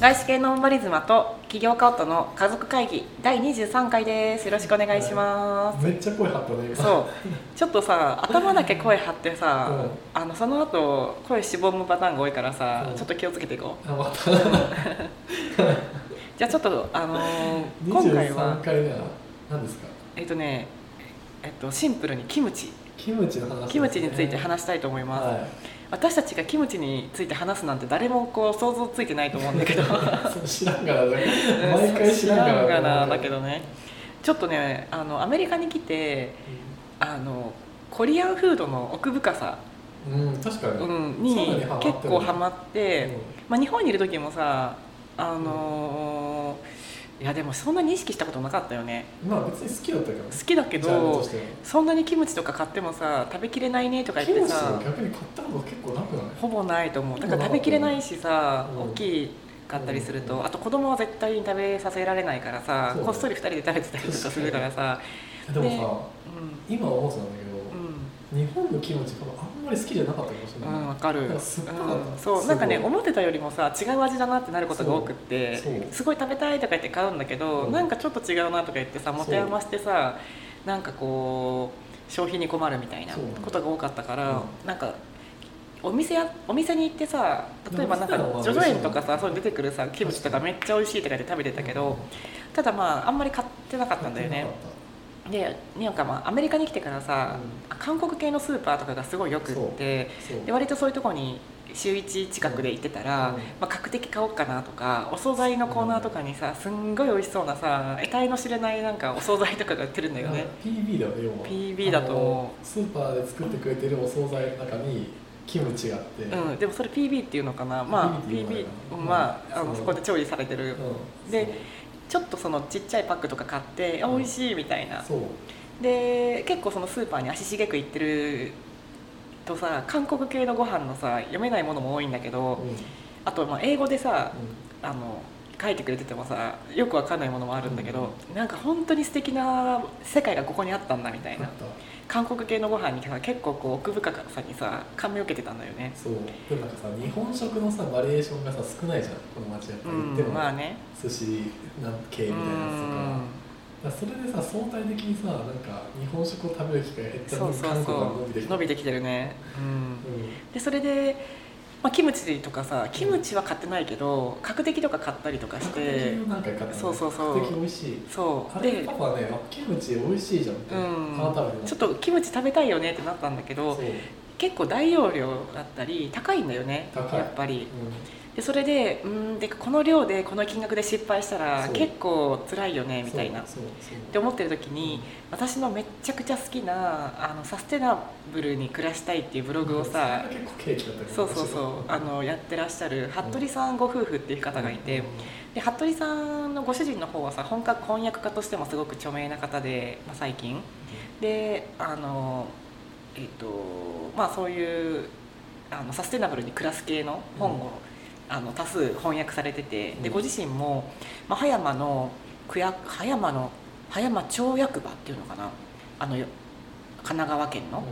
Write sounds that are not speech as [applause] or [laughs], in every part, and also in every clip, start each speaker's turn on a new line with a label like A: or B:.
A: 外資系のオンバリズマと起業家夫の家族会議第23回ですよろしくお願いします、
B: めっちゃ声張ったね今
A: そうちょっとさ頭だけ声張ってさ、あのその後声しぼむパターンが多いからさ、
B: うん
A: ちょっと気をつけていこう
B: あまた
A: じゃあちょっとあのー今回は
B: 23回目は何ですか
A: えっとねえっとシンプルにキムチ
B: キムチの話ですね、
A: キムチについて話したいと思います、
B: は
A: 私たちがキムチについて話すなんて誰もこう想像ついてないと思うんだけど
B: いそう知らんがなだね毎回知らんがな
A: 知らんがなだけどねちょっとねあのアメリカに来てあのコリアンフードの奥深さ、
B: うん、うん確かに、
A: う
B: うん
A: ん、に
B: そうだね
A: 結
B: ハマってる
A: 構ハマって、まあ、日本にいる時もさあのーいやでもそんなに意識したことなかったよね
B: まあ別に好きだったけどね
A: 好きだけ
B: ジャンルと
A: ど
B: しては
A: そんなにキムチとか買ってもさ食べきれないねとか
B: キ
A: 言っ
B: ム
A: て
B: チ
A: さ
B: は逆に買ったこと結構なくない
A: ほぼないと思うだから
B: ほぼな
A: 食
B: い
A: べきれないしさ、
B: うん
A: 大きかったりすると、
B: うん
A: あと子供は絶対に食べさせられないからさ、
B: そう
A: こっそり2人で食べてたりとかするからさ
B: でも
A: う
B: さ今思ってたんだけ
A: ん
B: ど、
A: うん
B: 日本のキムチ多分あんまり好きじゃなかったかもしれ
A: うん
B: ない、
A: わかる、う
B: なんか
A: ん、
B: 酸っぱかっ
A: そう
B: たすごい
A: なんかね思ってたよりもさ違う味だなってなることが多くって
B: そうそう
A: すごい食べたいとか言って買うんだけど、
B: うん
A: なんかちょっと違うなとか言ってさ持て余してさなんかこう消費に困るみたいな
B: そう
A: ことが多かったから、なんかお店やお店に行ってさ例えばなんか
B: でも
A: ジョジョ園とかさそういうの出てくるさキムチとかめっちゃ美味しいとか言って食べてたけど、ただまああんまり買ってなかったんだよね。でなんかまあアメリカに来てからさ、韓国系のスーパーとかがすごいよくって。
B: そう
A: で割とそういうとこに週1近くで行ってたら、
B: うん
A: まあ、確定買おうかなとかお惣菜のコーナーとかにさすんごい美味しそうなさ得体の知れないなんかお惣菜とかが売ってるんだよね、
B: PB だよね要は
A: PB だと思う
B: あのスーパーで作ってくれてるお惣菜の中にキムチがあって、
A: うんでもそれ PB っていうのかなまあ
B: PB ってい
A: PB
B: うのかな
A: まああ
B: う
A: の
B: ん
A: そこで調理されてる
B: うん
A: でちょっとそのちっちゃいパックとか買ってあ
B: うん
A: 美味しいみたいな
B: そう
A: で結構そのスーパーに足しげく行ってるとさ韓国系のご飯のさ読めないものも多いんだけ
B: そう、
A: ど
B: うん
A: あとまあ英語でさあの書いてくれててもさよくわかんないものもあるんだけど、なんか本当に素敵な世界がここにあったんだみたい
B: あっ
A: な韓国系のご飯にさ結構こう奥深さにさ感銘を受けてたんだよね
B: たそうでもなんかさ日本食のさバリエーションがさ少ないじゃんこの街やっぱ
A: う
B: り、で
A: ん
B: も、
A: まあね
B: 寿司なん系みたいなやつとかだからそれでさ相対的にさなんか日本食を食べる機会が減っ
A: う
B: た
A: んそう
B: 分
A: そう
B: 韓国が伸び
A: そ
B: てき
A: う
B: た
A: 伸びてきてるね、うん、
B: うん
A: でそれで、まあ、キムチとかさキムチは買ってないけど角的とか買ったりとかし
B: 確
A: て
B: 定なんか買ったね
A: そうそうそう
B: 確定美味しい
A: そ
B: あ
A: う
B: れ
A: で
B: パパねあキムチ美味しいじゃんって、
A: うん
B: 改めて
A: ちょっとキムチ食べたいよねってなったんだけど
B: そう
A: 結構大容量だったり高いんだよね
B: 高い
A: やっぱり
B: うん
A: でそれでうーんでこの量でこの金額で失敗したら
B: そう
A: 結構辛いよねみたいなっ
B: そうそう
A: て思ってる時に私のめっちゃくちゃ好きなあのサステナブルに暮らしたいっていうブログをさ
B: それが結構ケーキだったけど
A: そうそうそうあのやってらっしゃる服部さんご夫婦っていう方がいて
B: うん
A: で服部さんのご主人の方はさ本格翻訳家としてもすごく著名な方で、まあ、最近であのえっ、とまあそういうあのサステナブルに暮らす系の本を、あの多数翻訳されててで
B: うん
A: ご自身も、まあ、葉山の区役葉山の葉山町役場っていうのかなあのよ神奈川県の、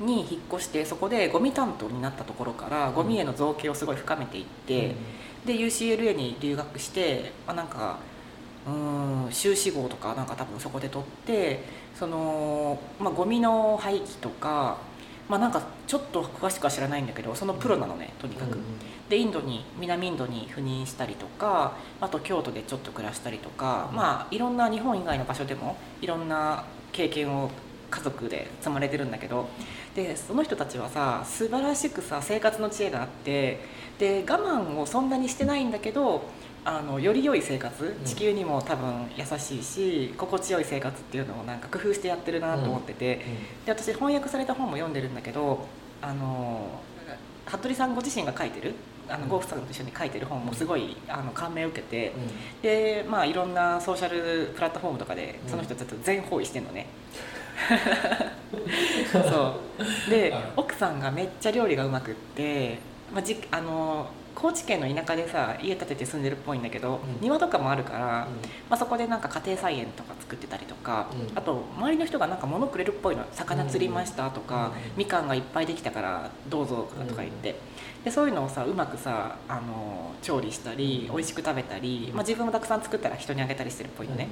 A: に引っ越してそこでゴミ担当になったところからゴミへの造形をすごい深めていって、で UCLA に留学して、まあ、なんかうーん修士号とかなんか多分そこで取ってその、まあ、ゴミの廃棄とか、まあ、なんかちょっと詳しくは知らないんだけどそのプロなのねとにかく。でインドに南インドに赴任したりとかあと京都でちょっと暮らしたりとか、
B: うん
A: まあいろんな日本以外の場所でもいろんな経験を家族で積まれてるんだけどでその人たちはさ素晴らしくさ生活の知恵があってで我慢をそんなにしてないんだけどあのより良い生活
B: うん
A: 地球にも多分優しいし心地よい生活っていうのをなんか工夫してやってるなと思ってて。で私翻訳された本も読んでるんだけどあの服部さんご自身が書いてるあの
B: うん
A: ゴーフさんと一緒に書いてる本もすごいあの感銘を受けて
B: うん
A: でまあいろんなソーシャルプラットフォームとかで
B: うん
A: その人ちょっと全方位してん
B: [laughs]
A: のねそうで
B: はい
A: 奥さんがめっちゃ料理がうまくって、まあ、じあの高知県の田舎でさ家建てて住んでるっぽいんだけど、
B: うん
A: 庭とかもあるから、
B: うん
A: まあ、そこでなんか家庭菜園とか作ってたりとか、
B: うん
A: あと周りの人がなんか物くれるっぽいの魚釣りましたとか、
B: うん
A: みかんがいっぱいできたからどうぞとか言って、でそういうのをさうまくさあの調理したり美味しく食べたり、まあ、自分もたくさん作ったら人にあげたりしてるっぽいのね、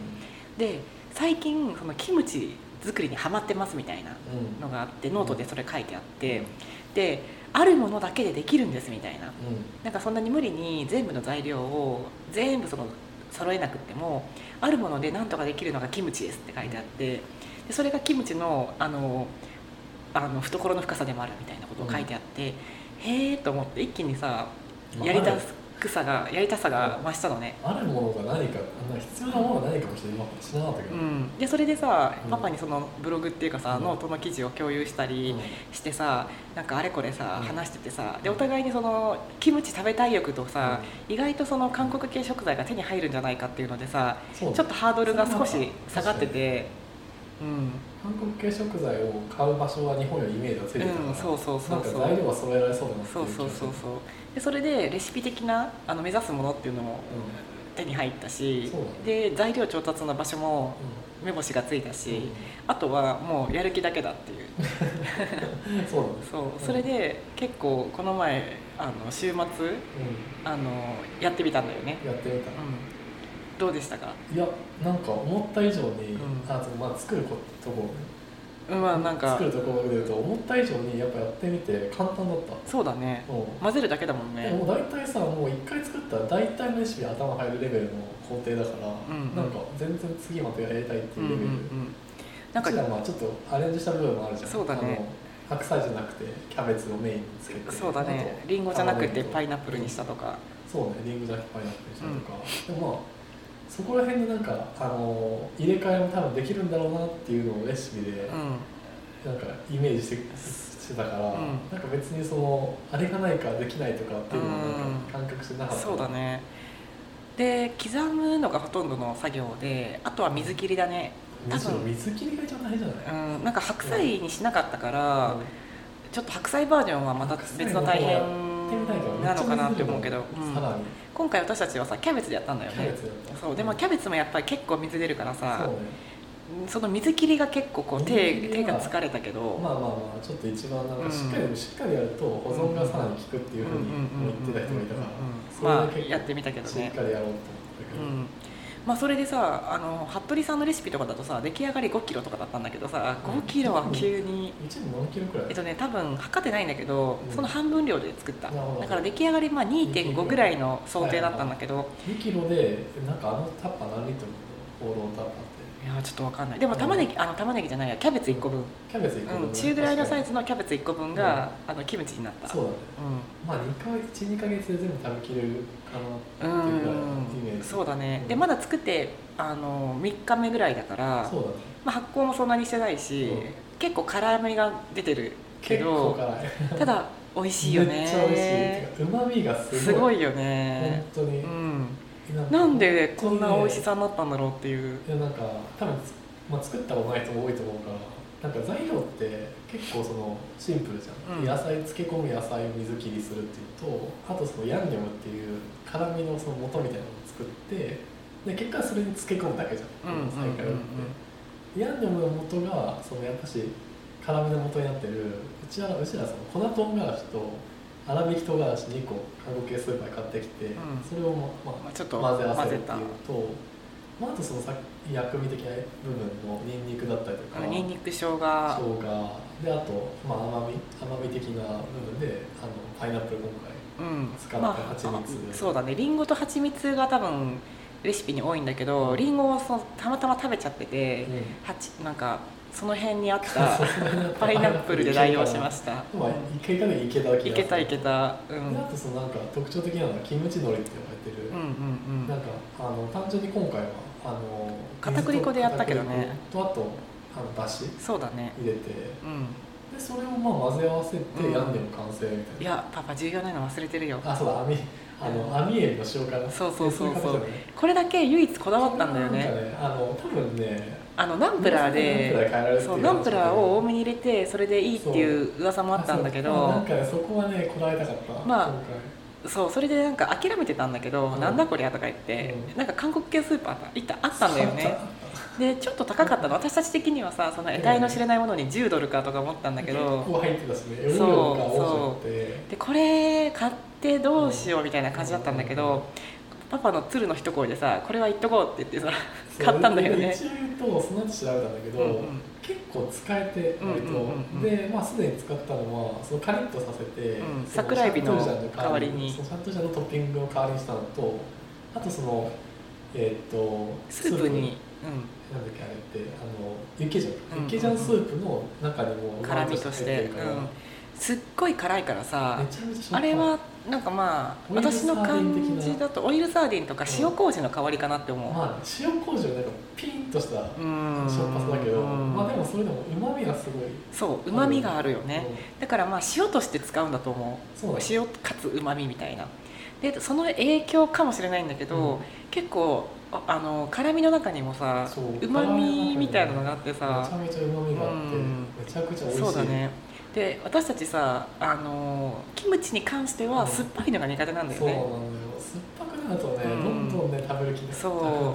A: で最近そのキムチ作りにハマってますみたいな
B: うんうん
A: のがあってノートでそれ書いてあってであるものだけでできるんですみたいななんかそんなに無理に全部の材料を全部その揃えなくってもあるものでなんとかできるのがキムチですって書いてあってでそれがキムチのあのあの懐の深さでもあるみたいなことを書いてあって、へえと思って一気にさ
B: うん
A: やりた
B: ま
A: くさがやりたさが増したのね。
B: ああるものが何かあんな必要なものが何かもしれないしなかったけ
A: う
B: ど、
A: ん、でそれでさ
B: うん
A: パパにそのブログっていうかさ、
B: うん
A: ノートの記事を共有したりしてさなんかあれこれさ
B: うん
A: 話しててさでお互いにそのキムチ食べたい欲とさ、意外とその韓国系食材が手に入るんじゃないかっていうのでさ
B: ちょ
A: ちょっとハードルが少し下がっててうん
B: 韓国系食材を買う場所は日本よりイメージがついてたから、
A: うんそうそうそうそう
B: なんか材料は揃えられそうだなってい
A: そうそうそう
B: 気がす
A: そ
B: る
A: うでそれでレシピ的なあの目指すものっていうのも
B: うん
A: 手に入ったし
B: そうだね
A: で材料調達の場所も
B: う
A: 目星がついたし、
B: ん
A: あとはもうやる気だけだっていう
B: うんそうなんです、
A: そうそれで結構この前あの週末あのやってみたんだよね、
B: うん、やってみた、
A: うん、どうでしたか
B: いやなんか思った以上
A: う
B: に、
A: ん
B: あとまあ作ることこ
A: うんまあなんか
B: 作るところでいうと思った以上にやっぱやってみて簡単だった
A: そうだね
B: うん
A: 混ぜるだけだもん
B: で
A: ね
B: も大体さもう一回作ったら大体のレシピに頭入るレベルの工程だから、
A: うん
B: なんか全然次までやりたいって
A: うん
B: いううん
A: う
B: レベル、
A: んなんか
B: うちらはちょっとアレンジした部分もあるじゃん
A: そうだね
B: あの白菜じゃなくてキャベツをメインにつけて
A: そうだね
B: あと
A: リンゴじゃなくて
B: 卵
A: パイナップルにしたとか
B: そうねリンゴじゃなくてパイナップルにしたとか、でもまあそこら辺でなんかあの入れ替えも多分できるんだろうなっていうのをレシピで、
A: う
B: なんかイメージしてしてたから、
A: ん
B: なんか別にそのあれがないからできないとかっていうのはなんか感覚してなか
A: ん
B: った
A: そうだねで刻むのがほとんどの作業であとは水切りだね
B: むしろ水切りが一番大変じゃない、
A: うんなんか白菜にしなかったから、
B: うん
A: ちょっと白菜バージョンはまた別の大変
B: やってみたいからめっち
A: な
B: ゃ
A: のかなって思うけど、うん
B: 水出るもんさらに
A: 今回私たちはさキャベツでやったんだよ
B: キャベ
A: ね
B: ツだった
A: そうでもキャベツもやっぱり結構水出るからさ
B: そうね
A: その水切りが結構こう手
B: 水切
A: 手
B: りは
A: が疲れたけど、
B: まあまあまあちょっと一番なん
A: うん
B: かしっかり、しっかりやると保存がさらに効くっていうふうに言ってた人がいたか
A: うんうんうんうんうん
B: ら
A: まあやってみたけどね
B: しっかりやろうと思ったけ
A: う
B: ど、
A: んまあ、それでさあの服部さんのレシピとかだとさ出来上がり5キロとかだったんだけどさ5キロは急に、
B: 一部何キロくらい、
A: えっとね多分測ってないんだけど
B: うん
A: その半分量で作った
B: なるほど
A: だから出来上がりまあ2.5ぐらいの想定だったんだけど
B: 2キロでなんかあのタッパー何リットルの報道タッパーって
A: いやちょっとわかんないでも玉ねぎあの玉ねぎじゃないやキャベツ1個分、
B: キャベツ1個分、
A: うん、中ぐらいのサイズのキャベツ1個分があのキムチになった
B: そうだね
A: うん
B: まあ2か12か月で全部食べきれるかな
A: う
B: っていうぐらいのイメー
A: ん
B: ジ
A: そうだね、
B: うん
A: でまだ作ってあの3日目ぐらいだから
B: そうだね
A: まあ、発酵もそんなにしてないし、
B: うん
A: 結構辛みが出て
B: [laughs]
A: るけ
B: 結構
A: ど
B: 辛い
A: ただ美味しいよね
B: めっちゃ美味しいてかうまみがすごい
A: すごいよ
B: 本
A: ね、
B: 当に
A: う、ん、なんでこんな美味しさになったんだろうっていう、
B: いやなんか多分つ、まあ、作ったことない人も多いと思うからなんか材料って結構そのシンプルじゃん、
A: うん
B: 野菜漬け込む野菜を水切りするっていうのとあとそのヤンニョムっていう辛みのその元みたいなのを作ってで結果それに漬け込むだけじゃ
A: うん
B: ん、
A: うんうん
B: 最下位って、ヤンニョムの元がそのやっぱし辛みの元になってるうちらうちらその粉唐辛子と粗挽き唐辛子2個韓国系スーパーで買ってきて、それをままあ
A: まあ、ちょっと
B: 混ぜ合わ
A: 混
B: せ
A: ぜ
B: るって
A: た
B: いうと、まあ、あとそのさ薬味的な部分のニンニクだったりと
A: あ
B: か
A: のにんにく生姜
B: 生姜であと、まあ、甘み甘み的な部分であのパイナップル今回
A: うん
B: 使った
A: まあ
B: 蜂蜜
A: あそうだねりんごと蜂蜜が多分レシピに多いんだけどりんごをそのたまたま食べちゃってて、はちなんかその辺にあ
B: [laughs]
A: った [laughs] パイナップルで代用しました
B: まあ一回かでいけた気がす
A: い
B: る
A: けたいけたうんう
B: であとそのなんか特徴的なのはキムチのりって呼ばれてる、
A: んうんう
B: なん
A: ん
B: かあの単純に今回はあの
A: 片栗粉でやったけどね
B: 水と片栗粉とあとあのだし
A: そうだね
B: 入れて
A: うん
B: でそれをまあ混ぜ合わせて
A: うん
B: ヤンニョム完成みたいない
A: やパパ重要なの忘れてるよ
B: あそうだ網あの網エビの塩辛
A: そうそうそうそう
B: い形じゃない
A: これだけ唯一こだわったんだよ
B: なん
A: ね
B: かあの多分ね
A: あのナンプラー
B: ナンプラー
A: で
B: 変えられるってい
A: そう
B: う
A: ナンプラーを多めに入れてそれでいいっていう噂もあったんだけ
B: あそうな
A: ど
B: んかねそこはねこらえたかった
A: まあ
B: 今
A: そうそれでなんか諦めてたんだけど、
B: うん
A: なんだこりゃとか言って、
B: う
A: なんか韓国系スーパー行ったあったんだよねでちょっと高かったの私たち的にはさその得体の知れないものに10ドルかとか思ったんだけ
B: 結
A: ど
B: 構入ってたしね
A: そう
B: 容量が多くて
A: でこれ買ってどうしようみたいな感じだったんだけど、パパの鶴の一声でさこれは言っとこうって言ってさ
B: そう
A: 買ったんだよね
B: で一応言うとその後調べたんだけど、
A: うんうん
B: 結構使えて割と、
A: うんうんうんうん
B: でまあすでに使ったのはそのカリッとさせて、
A: うん
B: その
A: 桜エビの
B: シャントルジャンの代わりに
A: 代わりに
B: そうシャントルジャンのトッピングを代わりにしたのとあとそのえーっと
A: スープに
B: なんだっけあれってあのユッケジャン
A: うんうんうん
B: ユッケジャンスープの中にも
A: うん辛みとし
B: 入って
A: て、
B: るから
A: うんすっごい辛いからさ
B: めちゃめちゃしょっぱ
A: あ
B: い
A: れはなんかまあ
B: オイル
A: 私
B: サーディン
A: の感
B: 的な
A: じだとオイルサーディンとか塩麹の代わりかなって思う、
B: まあ塩麹はなんかピンとしたしょっ
A: うん
B: ぱさだけど、
A: うん
B: まあでもそれでも旨味がすごい
A: そううまみがあるよね、だからまあ塩として使うんだと思
B: うんそう
A: う
B: だね
A: 塩かつうまみみたいなでその影響かもしれないんだけど、
B: うん
A: 結構ああの辛みの中にもさ
B: そう
A: うまみみたいなのがあってさ
B: めちゃめちゃ旨味があって、
A: うん
B: めちゃくちゃ美味しい
A: そうだねで私たちさあのキムチに関して
B: う
A: は
B: ん
A: 酸っぱいのが苦手なんだよ
B: そうなの
A: ね、
B: よ酸っぱくなるとね、
A: うん
B: どんどんね食べる気が
A: そ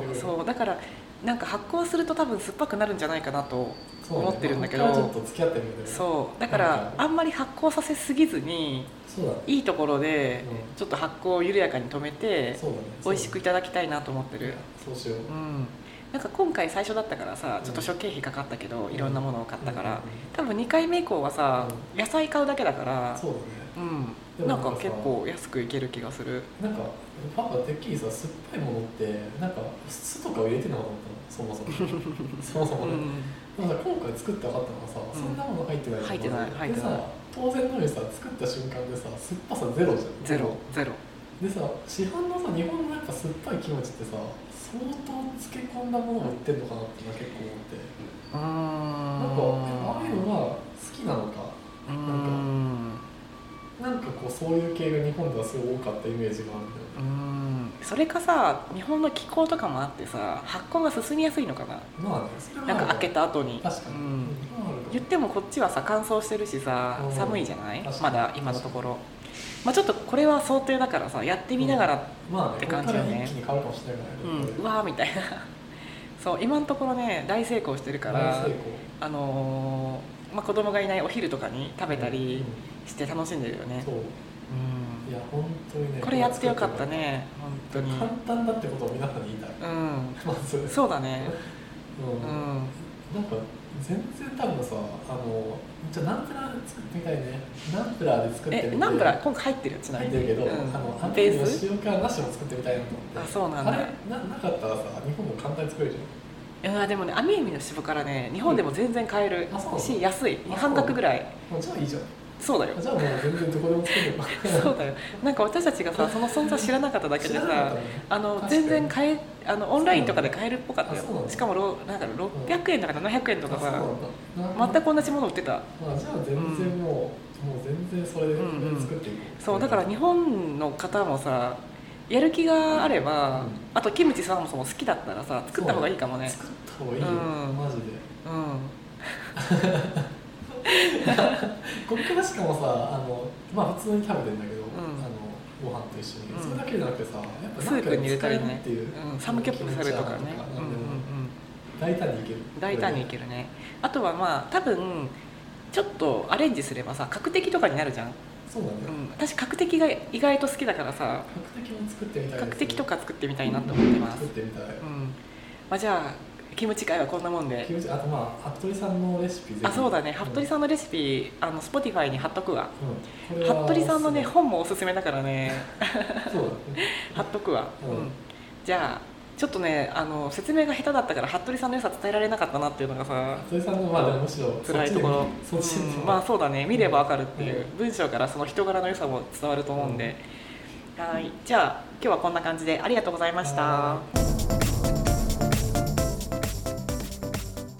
A: う
B: う
A: そうだからなんか発酵すると多分酸っぱくなるんじゃないかなと
B: そうね
A: 思ってるんだけど
B: まあここからちょっと付き合ってみるねう
A: そうだからあんまり発酵させすぎずに
B: そうだね
A: いいところで
B: うん
A: ちょっと発酵を緩やかに止めて
B: そうだね
A: 美味しくいただきたいなと思ってる
B: そうしよう
A: うんなんか今回最初だったからさ
B: うん
A: ちょっと諸経費かかったけどいろんなものを買ったから
B: う
A: 多分2回目以降はさ野菜買うだけだか
B: ん
A: ら
B: そうだね
A: う
B: で
A: ん
B: も
A: な
B: なん
A: か
B: んかさ
A: 結構安くいける気がする
B: なんかパパてっきりさ酸っぱいものってなんか酢とかを入れてなかったのそもそ
A: [laughs]
B: もそもそうも
A: ん
B: ね、でもさ今回作って分かったのはさ、
A: うん
B: そんなもの入ってな
A: 入っ
B: いと思う
A: てない入ってない
B: でさ当然のようにさ作った瞬間でさ酸っぱさゼロじゃん
A: ゼロゼロ
B: でさ市販のさ日本のやっぱ酸っぱいキムチってさ相当漬け込んだものを売ってんのかなってのは結構思って
A: うーん
B: なんかやっぱああいうのが好きなのか
A: うーん
B: なんかこうそういう系が日本ではすごい多かったイメージがあるんだよ
A: うーんそれかさ日本の気候とかもあってさ発酵が進みやすいのかな
B: ねまあねそれは
A: なんか開け
B: た
A: た後に
B: 確かに、
A: う
B: うん
A: ん、
B: まああるかも
A: 言ってもこっちはさ乾燥してるしさ
B: うん
A: 寒いじゃない
B: 確か
A: ま
B: に
A: だ今のところ、まあ、ちょっとこれは想定だからさやってみながら、
B: まあね
A: って感じよね
B: これから一気に変わるかもしれないから
A: う
B: ね
A: ん、
B: これ
A: うわーみたいな [laughs] そう今のところね大成功してるから
B: 大成功
A: あのーまあ、子供がいないお昼とかに食べたり
B: う
A: して楽しんでるよ
B: ん
A: ね、
B: そう
A: うん
B: いや本当にね
A: これやってよかったね
B: こ
A: 本当
B: れ
A: に
B: 作ってよかった簡単だってことを皆さんに言いた
A: う
B: い
A: ん
B: まずう
A: そうだねうんん
B: なんか全然多分さあのじゃあナンプラーで作ってみたいねナンプラーで作ってみ
A: え
B: て
A: ナンプラー今回入ってるよちな
B: 入
A: み
B: っ
A: に
B: てるけど、
A: うん
B: あのあの
A: ベ
B: 時
A: ー
B: の
A: ス
B: 塩辛なしも作ってみたいなと思って
A: あそうなんだ
B: あれななかったらさ日本も簡単に作れるじゃ
A: いやでもね網エビの渋からね日本でも全然買える
B: うんあそう
A: し安い
B: あ
A: 半額ぐらい
B: んあじゃあいいじゃん
A: そうだよ
B: あじゃあもう全然どこでも作れるわ
A: そうだよなんか私たちがさその存在知らなかっただけ
B: 知
A: で
B: らなかった
A: さ
B: ね
A: あの
B: 確かに
A: 全然買えあのオンラインとかで買えるっぽかったよ
B: あそうなんだ
A: しかもろなんか600円とか700円とか
B: あ
A: さ
B: そうなんだ
A: 全く同じもの売ってた
B: まあ、じゃあ全然もう、もう全然それで
A: うんうん
B: 作っていこう、
A: そうだから日本の方もさやる気があれば、
B: うん
A: あとキムチそもそも好きだったらさ作った方がいいかもね
B: 作った方がいいよ、
A: うん
B: マジで
A: う
B: こっからしかもさあのまあ普通に食べてんだけど、
A: ん
B: あのご飯と一緒に、
A: うん
B: それだけじゃなくてさやっぱ
A: んスープに入れたり
B: なんか
A: ね
B: 使えるっていう、
A: う、ん、サムキャップされるとかね
B: キムチャ
A: うん
B: ーとか
A: うん
B: なんでも
A: うん
B: 大胆にいける
A: 大胆にいけるねあとはまあ多分ちょっとアレンジすればさ角的とかになるじゃん、
B: そうだね、
A: うん、私角的が意外と好きだからさ
B: 角的も作ってみたいです
A: 角的とか作ってみたいなと思ってます、
B: 作ってみたい、
A: うんまあ、じゃあキムチ会はこんなもん
B: キ
A: で
B: ムチあとまあ服部さんのレシピぜひ
A: あそうだね服部
B: ん、
A: さんのレシピあの Spotify に貼っとくわ
B: うんこれは
A: 服部さんのね
B: そう
A: 本もおすすめだからね [laughs]
B: そうだね
A: 貼っとくわ、う
B: [laughs] うん
A: ん、じゃあちょっとねあの説明が下手だったから服部さんの良さ伝えられなかったなっていうのがさ
B: 服部さんのまあでもむしろ
A: 辛いところ
B: そっちで、
A: うんまあそうだね見ればわかるっていう、
B: う
A: 文章からその人柄の良さも伝わると思うんで、はいじゃあ今日はこんな感じでありがとうございました。
B: はい